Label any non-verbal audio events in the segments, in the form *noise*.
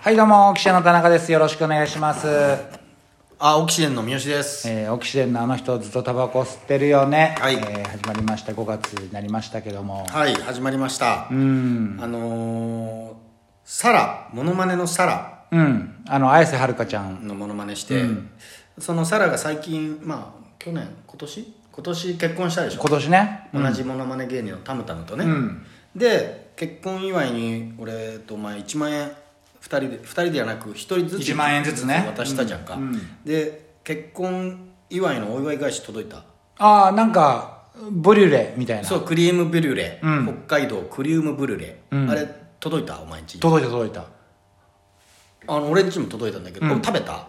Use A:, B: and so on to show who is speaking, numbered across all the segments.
A: はいどうも、オキシエンの田中です。よろしくお願いします。
B: あ、オキシデンの三好です。
A: えー、オキシエンのあの人ずっとタバコ吸ってるよね。
B: はい
A: えー始まりました。5月になりましたけども。
B: はい、始まりました。あのー、サラ、モノマネのサラ
A: うん。あの、綾瀬はるかちゃん。
B: のモノマネして、そのサラが最近、まあ、去年、今年今年結婚したでしょ
A: 今。年ね。
B: 同じモノマネ芸人のタムタムとね。
A: ん
B: で、結婚祝いに、俺とお前1万円、2人で、二人ではなく1人ずつ。
A: 1万円ずつね
B: 渡したじゃんか。で、結婚祝いのお祝い返し届いた。
A: ああ、なんか、ブリュレみたいな。
B: そうクリームブリュレ、北海道クリームブリュレ、あれ届いたお前んち
A: 届いた届いた。
B: あの俺んちも届いたんだけど、食べたあ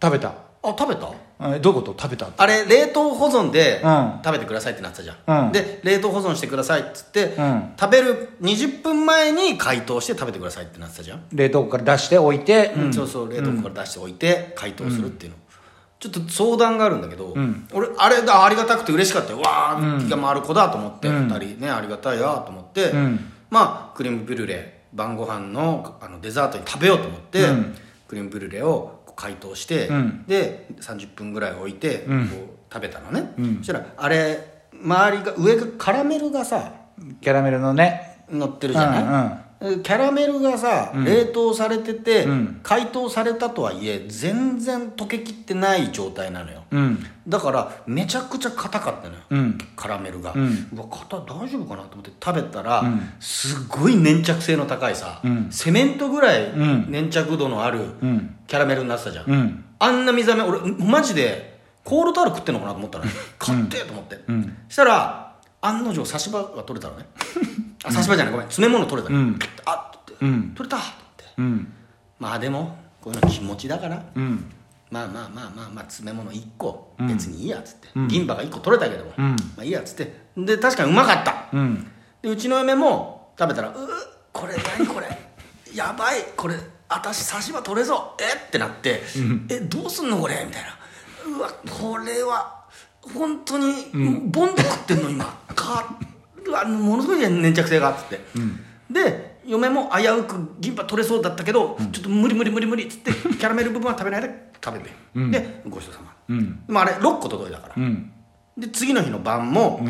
A: 食べた。
B: 食べた
A: えどういうこと食べた
B: あれ冷凍保存で
A: うん
B: 食べてくださいってなってたじゃん、
A: うん
B: で冷凍保存してくださいっつって、
A: ん
B: 食べる20分前に解凍して食べてくださいってなってたじゃん、
A: 冷凍庫から出しておいて、うん
B: そうそう冷凍庫から出しておいて解凍するっていうの、ちょっと相談があるんだけど、俺あれがありがたくて嬉しかったよわあ気が回る子だと思って、二人ねありがたいやと思って、まあクリームブリュレ晩ご飯のあのデザートに食べようと思って、クリームブリュレをこう解凍して、で30分ぐらい置いて、こう食べたのね、そしたらあれ周りが上がカラメルがさ
A: キャラメルのね。
B: 乗ってるじゃない、キャラメルがさ、冷凍されてて、解凍されたとはいえ全然溶けきってない状態なのよ、
A: うん。
B: だからめちゃくちゃ硬かったのよ、カラメルが、うわ硬い大丈夫かなと思って食べたら、すっごい粘着性の高いさ、セメントぐらい粘着度のあるキャラメルになってたじゃん、
A: ん
B: あんな見た目俺マジでコールタール食ってんのかなと思ったのよ買ってえと思って、したら案の定差し歯が取れたのね *laughs* あ差し歯じゃないごめん詰め物取れたの、ピッてあっって、取れたと思って、
A: うん。
B: まあでもこういうの気持ちだから、
A: うん。
B: まあまあまあまあまあ詰め物1個別にいいやっつって、銀歯が1個取れたけども、まあいいやっつってで確かにうまかった、
A: うん。
B: でうちの嫁も食べたら「ううこれ何これ *laughs* やばいこれ私刺し歯取れそうえっ?」てなって「えどうすんのこれ?」みたいな「うわこれは本当に、ボンと食ってん
A: *laughs*
B: の今かうわものすごい粘着性が」っつって、で嫁も危うく銀歯取れそうだったけど、ちょっと無理無理無理無理っつ
A: *laughs*
B: ってキャラメル部分は食べないで食べて、でごちそうさま、でもあれ6個届いたから、
A: うん。
B: で次の日の晩も、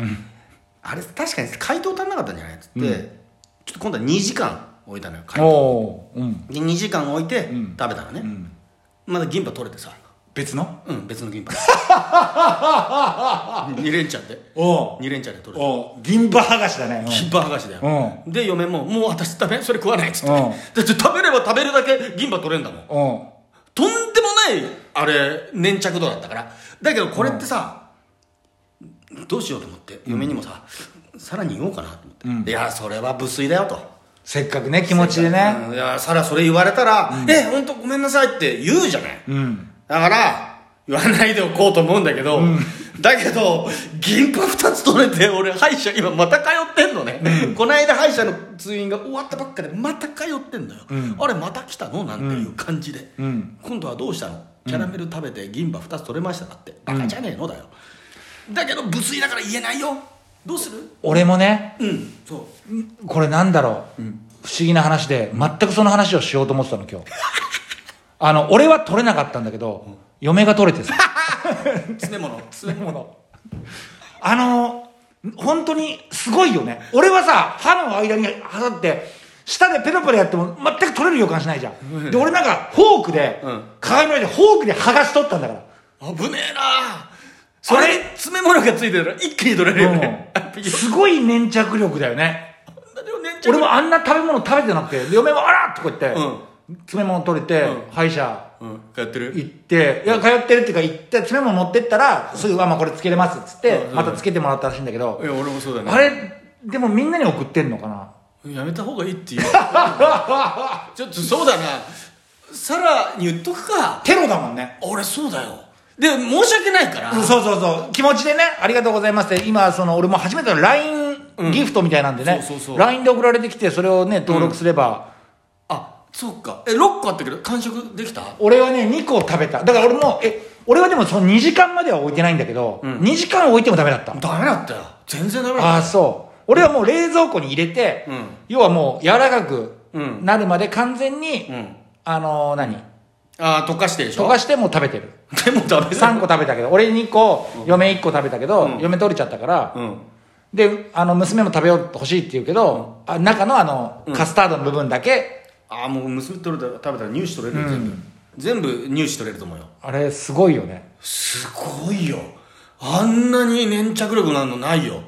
B: あれ確かに解凍足んなかったんじゃないっつって、ちょっと今度は2時間置いたのよ解凍
A: おー。うん。
B: で2時間置いて食べたのね、まだ銀歯取れてさ
A: 別の
B: うん別の銀
A: *laughs*
B: 歯2連チャンで
A: おー。
B: 2連チャンで取れて
A: おー。銀歯剥がしだね。うん
B: 銀歯剥がしだよ、で嫁も「もう私ダメそれ食わない」っつって、
A: うん
B: だって食べれば食べるだけ銀歯取れんだも
A: う
B: ん
A: ん。
B: とんでもないあれ粘着度だったからだけどこれってさ、どうしようと思って嫁にもさ、さらに言おうかなと思って、いやそれは無粋だよと
A: せっかくね、気持ちでね。
B: うんいやさらそれ言われたら、え本当ごめんなさいって言うじゃない、
A: うん。
B: だから言わないでおこうと思うんだけど、だけど銀歯2つ取れて俺歯医者今また通ってんのね、こないだ歯医者の通院が終わったばっかでまた通ってんのよ、あれまた来たのなんていう感じで、今度はどうしたのキャラメル食べて銀歯2つ取れましただってバカじゃねえのだよ、だけど無粋だから言えないよどうする
A: 俺もね、
B: うんそ
A: これなんだろう、不思議な話で全くその話をしようと思ってたの今日 *laughs* あの俺は取れなかったんだけど、嫁が取れて *laughs* さ
B: う詰め物 *laughs* 詰め物
A: あの本当にすごいよね俺はさ歯の間に挟って舌でペロペロやっても全く取れる予感しないじゃんで俺なんかフォークで、
B: うん
A: 鏡の上でフォークで剥がし取ったんだから
B: 危ねえなそれ詰め物がついてたら一気に取れるよね、 *laughs*
A: うん *laughs* すごい粘着力だよね俺もあんな食べ物食べてなくてで嫁も「あら!」ってこうやって、詰め物取れて、
B: う
A: 歯医者
B: うん、やってる
A: 行って、いや、通ってるっていうか、行って、詰め物持ってったら、すぐ、あ、まあ、これつけれますっつって、またつけてもらったらしいんだけど
B: い、や俺もそうだね
A: あれ、でもみんなに送ってんのかな *laughs*
B: やめた方がいいっていう *laughs* ちょっとそうだなサラに言っとくか
A: テロだもんね。
B: 俺そうだよで申し訳ないから
A: そうそうそう。気持ちでね、ありがとうございますって、今、その、俺も初めての LINE ギフトみたいなんでね
B: そうそうそ、う
A: LINE で送られてきて、それをね、登録すれば、
B: あそっかえ6個あったけど完食できた
A: 俺はね、2個食べた。だから俺も、え、俺はでもその2時間までは置いてないんだけど、2時間置いてもダメだった。
B: ダメだったよ全然ダメだっ
A: ああそう俺はもう冷蔵庫に入れて、
B: うん
A: 要はもう柔らかく
B: うん
A: なるまで完全に、
B: ん
A: あの何
B: ああ溶かしてでしょ
A: 溶かしてもう食べてる
B: でも食べない
A: 3個食べたけど俺2個、嫁1個食べたけど、
B: うん
A: 嫁取れちゃったから、
B: うん
A: であの娘も食べようほしいって言うけど、あ中のあのカスタードの部分だけ、
B: ああもう娘取れた食べたら乳脂取れるよ、全部全部乳脂取れると思うよ
A: あれすごいよね
B: すごいよあんなに粘着力なんのないよ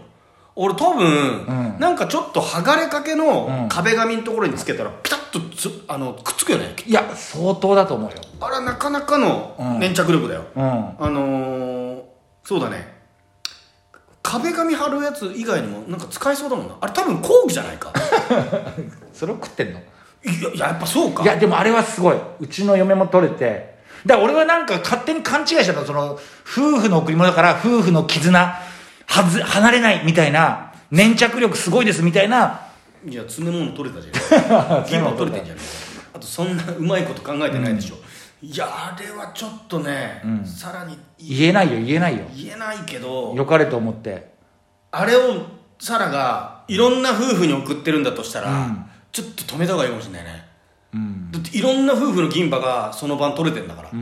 B: 俺多分、
A: うん
B: なんかちょっと剥がれかけの
A: うん
B: 壁紙のところにつけたらピタッとつあのくっつくよね
A: いや相当だと思うよ
B: あらなかなかの
A: うん
B: 粘着力だよ、
A: うん
B: あのー、そうだね壁紙貼るやつ以外にもなんか使えそうだもんなあれ多分工具じゃないか
A: それを食ってんの
B: いやいややっぱそうか
A: いやでもあれはすごいうちの嫁も取れてだから俺はなんか勝手に勘違いしてたのその夫婦の贈り物だから夫婦の絆はず離れないみたいな粘着力すごいですみたいない
B: や詰め物取
A: *laughs*
B: れたじゃん
A: 詰め
B: 銀歯
A: 物取
B: 取
A: れ
B: れて
A: た
B: んじゃんあとそんなうまいこと考えてないでしょ、いやあれはちょっとね、さらに
A: 言えないよ言えないよ
B: 言えないけど
A: よかれと思って
B: あれをサラがいろんな夫婦に送ってるんだとしたら、
A: うん
B: ちょっと止めた方がいいかもしれないね
A: うん
B: だっていろんな夫婦の銀歯がその晩取れてんだから、うわ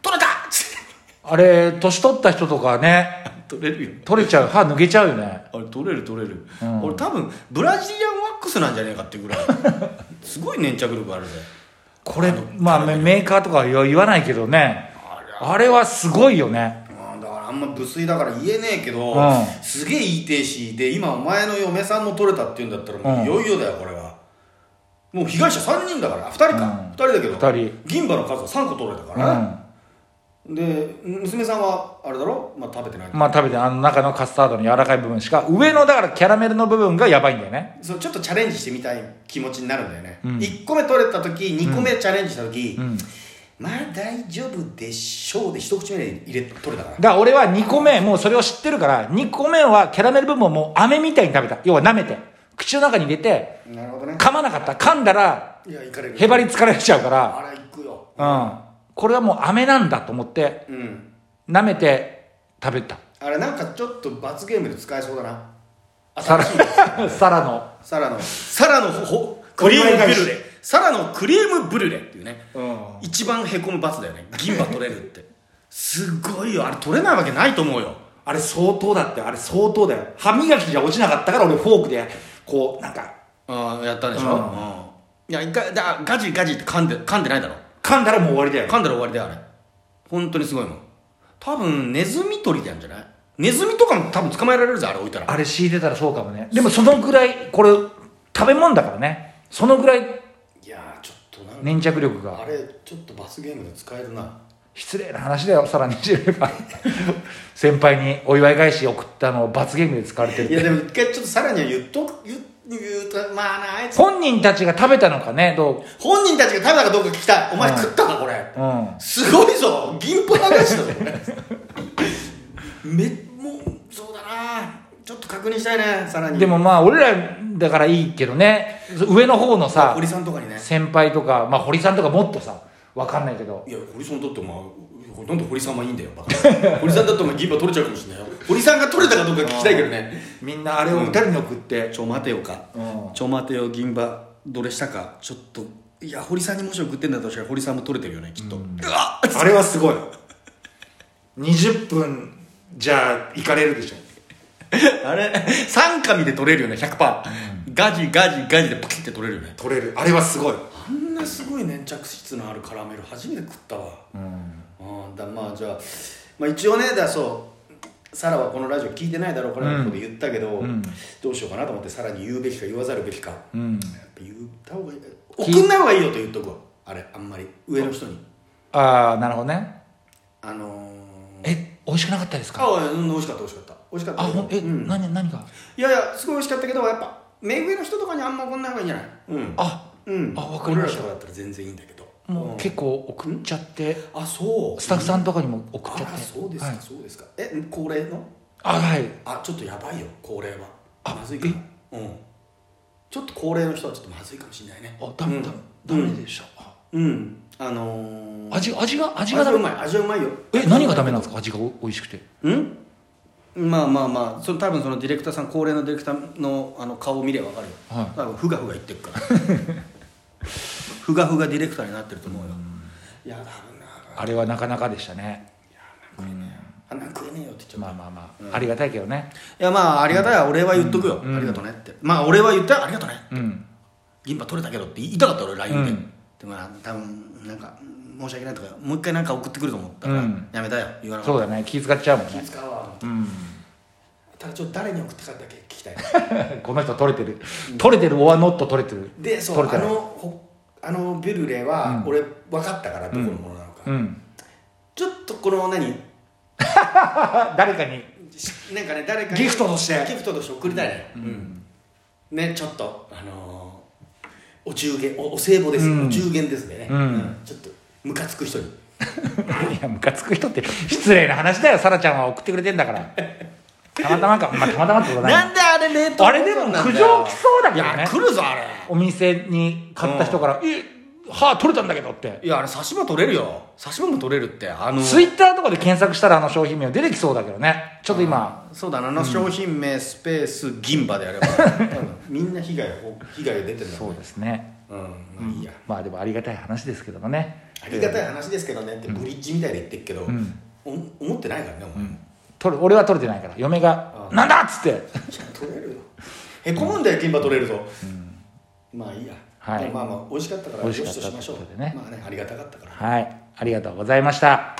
B: 取れたっつって *laughs*
A: あれ年取った人とかね
B: 取れるよ
A: 取れちゃう歯抜けちゃうよね
B: あれ取れる取れる、
A: うん
B: 俺多分ブラジリアンワックスなんじゃねえかっていうぐらいすごい粘着力あるぜ
A: これまあメメーカーとかは言わないけどねあれはすごいよね
B: うんだからあんま無粋だから言えねえけど、
A: うん
B: すげえ言いてえしで今お前の嫁さんも取れたっていうんだったらもういよいよだよこれは、もう被害者3人だから2人か、二2人だけ
A: 二
B: ど
A: 人
B: 銀歯の数は3個取れたか
A: うん
B: らね、で娘さんはあれだろ、まあ、食べてない、
A: まあ食べてあの中のカスタードの柔らかい部分しか上のだからキャラメルの部分がやばいんだよね
B: そうちょっとチャレンジしてみたい気持ちになるんだよね、
A: うん
B: 1個目取れた時2個目チャレンジした時、
A: うん
B: まあ大丈夫でしょうで一口目で入れ取れたから
A: だから俺は2個目もうそれを知ってるから2個目はキャラメル部分をもう飴みたいに食べた要は舐めて口の中に入れて
B: なるほどね
A: 噛まなかった噛んだら
B: いや行かれる
A: へばりつかれちゃうか
B: あら行くよ
A: らうんこれはもう飴なんだと思って
B: うん
A: 舐めて食べた
B: あれなんかちょっと罰ゲームで使えそうだな
A: サ
B: 新
A: ラ
B: しいで
A: *laughs*
B: す
A: サラの
B: サラのサラのほクリームブルレサラのクリームブルレっていうね、
A: うん
B: 一番へこむ罰だよね銀歯取れるってすごいよあれ取れないわけないと思うよ
A: あれ相当だってあれ相当だよ歯磨きじゃ落ちなかったから俺フォークでこうなんか
B: ああやったんでし
A: う
B: ょ、
A: ん
B: いや一回だガジガジって噛んで噛んでないだろ
A: 噛んだらもう終わりだよ
B: 噛んだら終わりだよあれ本当にすごいもん多分ネズミ取りなんじゃないネズミとかも多分捕まえられるぜあれ置いたら
A: あれ仕入れたらそうかもねでもそのぐらいこれ食べ物だからねそのぐらい
B: いやーちょっとなんか
A: 粘着力
B: あ
A: が
B: れちょっと罰ゲームで使えるな
A: 失礼な話だよさらに知れば *laughs* 先輩にお祝い返し送ったのを罰ゲームで使われてるっ
B: いや
A: て
B: でも一回ちょっとさらには言っとく言う言うとまあなあいつ
A: 本人たちが食べたのかねど
B: 本人たちが食べたかどうか聞きたいお前
A: うん
B: 食ったかこれ、
A: ううん
B: すごいぞ銀歯剥がしだぞこれめもうそうだなちょっと確認したいねさらに
A: でもまあ俺らだからいいけどね上の方のさ
B: 堀さんとかにね
A: 先輩とか、まあ、堀さんとかもっとさわかんないけど
B: いや堀さんだってお前なんで堀さんはいいんだよバカ堀さんだってお前銀歯取れちゃうかもしれないよ堀さんが取れたかどうか聞きたいけどね
A: みんなあれを誰に送って、
B: ちょ待てよか、
A: うん
B: ちょ待てよ銀歯どれしたかちょっといや堀さんにもし送ってんだとしたら堀さんも取れてるよねきっと、うわっ
A: あれはすごい20分じゃあ行かれるでしょ
B: *laughs* あれ三上で取れるよね100%、ガジガジガジでパキって取れるよね
A: 取れるあれはすごい
B: あんなすごい粘着質のあるカラメル初めて食ったわうんだまあじゃあ、まあ、一応ねだそうサラはこのラジオ聞いてないだろうこれはここで言ったけど、どうしようかなと思ってサラに言うべきか言わざるべきか、
A: うん
B: やっぱ言った方がいい送んない方がいいよと言っとくわあれあんまり上の人に
A: ああなるほどね
B: あのー、
A: え美味しくなかったです
B: あ
A: か
B: うん美味しかった美味しかった美味しかった
A: あほんえ、
B: うん、
A: 何何が
B: いやいやすごい美味しかったけどやっぱ目上の人とかにあんま送んない方がいいんじゃないうん
A: あ
B: うん
A: あわかりました
B: 俺らとかだったら全然いいんだけど
A: もう結構送っちゃって
B: あそう
A: スタッフさんとかにも送っちゃっ
B: あ
A: て
B: そうですか、
A: はい
B: そうですかえ高齢の
A: あはい
B: あちょっとやばいよ高齢は
A: あ
B: まずいかなうんちょっと高齢の人はちょっとまずいかもしれないね
A: あダメダメダ
B: うん
A: メでした、あ
B: うんあのー、
A: 味味が味
B: 味
A: がダ
B: はう
A: メ
B: まい味はうまいよ
A: え何がダメなんですか味がお美味しくて
B: うんまあまあまあそれ多分そのディレクターさん高齢のディレクターのあの顔を見れば分かるよ、
A: はい *laughs*
B: 多分ふがふが言ってるからふがふがディレクターになってると思うよ、いやだ
A: あれはなかなかでしたね
B: ろうなあんなん食えねえよって言っちゃう、
A: まあまあまあ、ありがたいけどね
B: いやまあありがたいわ俺は言っとくよ、ありがとねってまあ俺は言ったよありがとね
A: うん
B: 銀歯取れたけどって言いたかった俺 LINE で、
A: うん
B: でもな多分なんか申し訳ないとかもう一回なんか送ってくると思ったから、
A: うん
B: やめたよ言わなか
A: そ
B: っ
A: うだね気使っちゃうもん
C: 気
A: ね *laughs*
C: 使うわ
A: うん
C: ただちょっと誰に送ってかだけ聞きた
A: *laughs*
C: い
A: この人取れてる取れてるオアノット取れてる
C: でそう
A: 取れ
C: あ
A: てる
C: のほあのビュルレは俺分かったからどこのものなのか、
A: うん
C: ちょっとこの何
A: あ誰かに *laughs*
C: しなんかね誰かに
A: ギフトとして
C: ギフトとして送りたいね、うんねちょっとあのーお中元おお歳暮ですよ、
A: うん
C: お中元ですね、
A: うん
C: ちょっとムカつく人に
A: いやムカつく人って失礼な話だよサラちゃんは送ってくれてんだからたまたまか、まあ、たまたまってことはない
B: なんであれ冷凍
A: あれでも苦情来そうだけどね
B: いや来るぞあれ
A: お店に買った人から「え歯取れたんだけど」って
B: いやあれ刺し歯取れるよ刺し歯も取れるってあの
A: ツイッターとかで検索したらあの商品名出てきそうだけどねちょっと今
B: そうだなあの商品名スペース銀歯でやれば
C: 多分みんな被害を被害が出てるんだ
A: そうですね
C: うんまあいいや
A: まあでもありがたい話ですけどもね
C: ありがたい話ですけどねってブリッジみたいで言ってるけど、
A: ん
C: お思ってないからねお前、
A: 取る俺は取れてないから嫁が「なんだ!」っつって
C: いや取れるよへこむんだよ銀歯取れるぞ、まあいいや、
A: はい
C: でもまあまあ美味しかったから
A: 美
C: よ
A: 味
C: し
A: し
C: と
A: かった
C: しましょう
A: ということでね
C: まあねありがたかったから
A: はいありがとうございました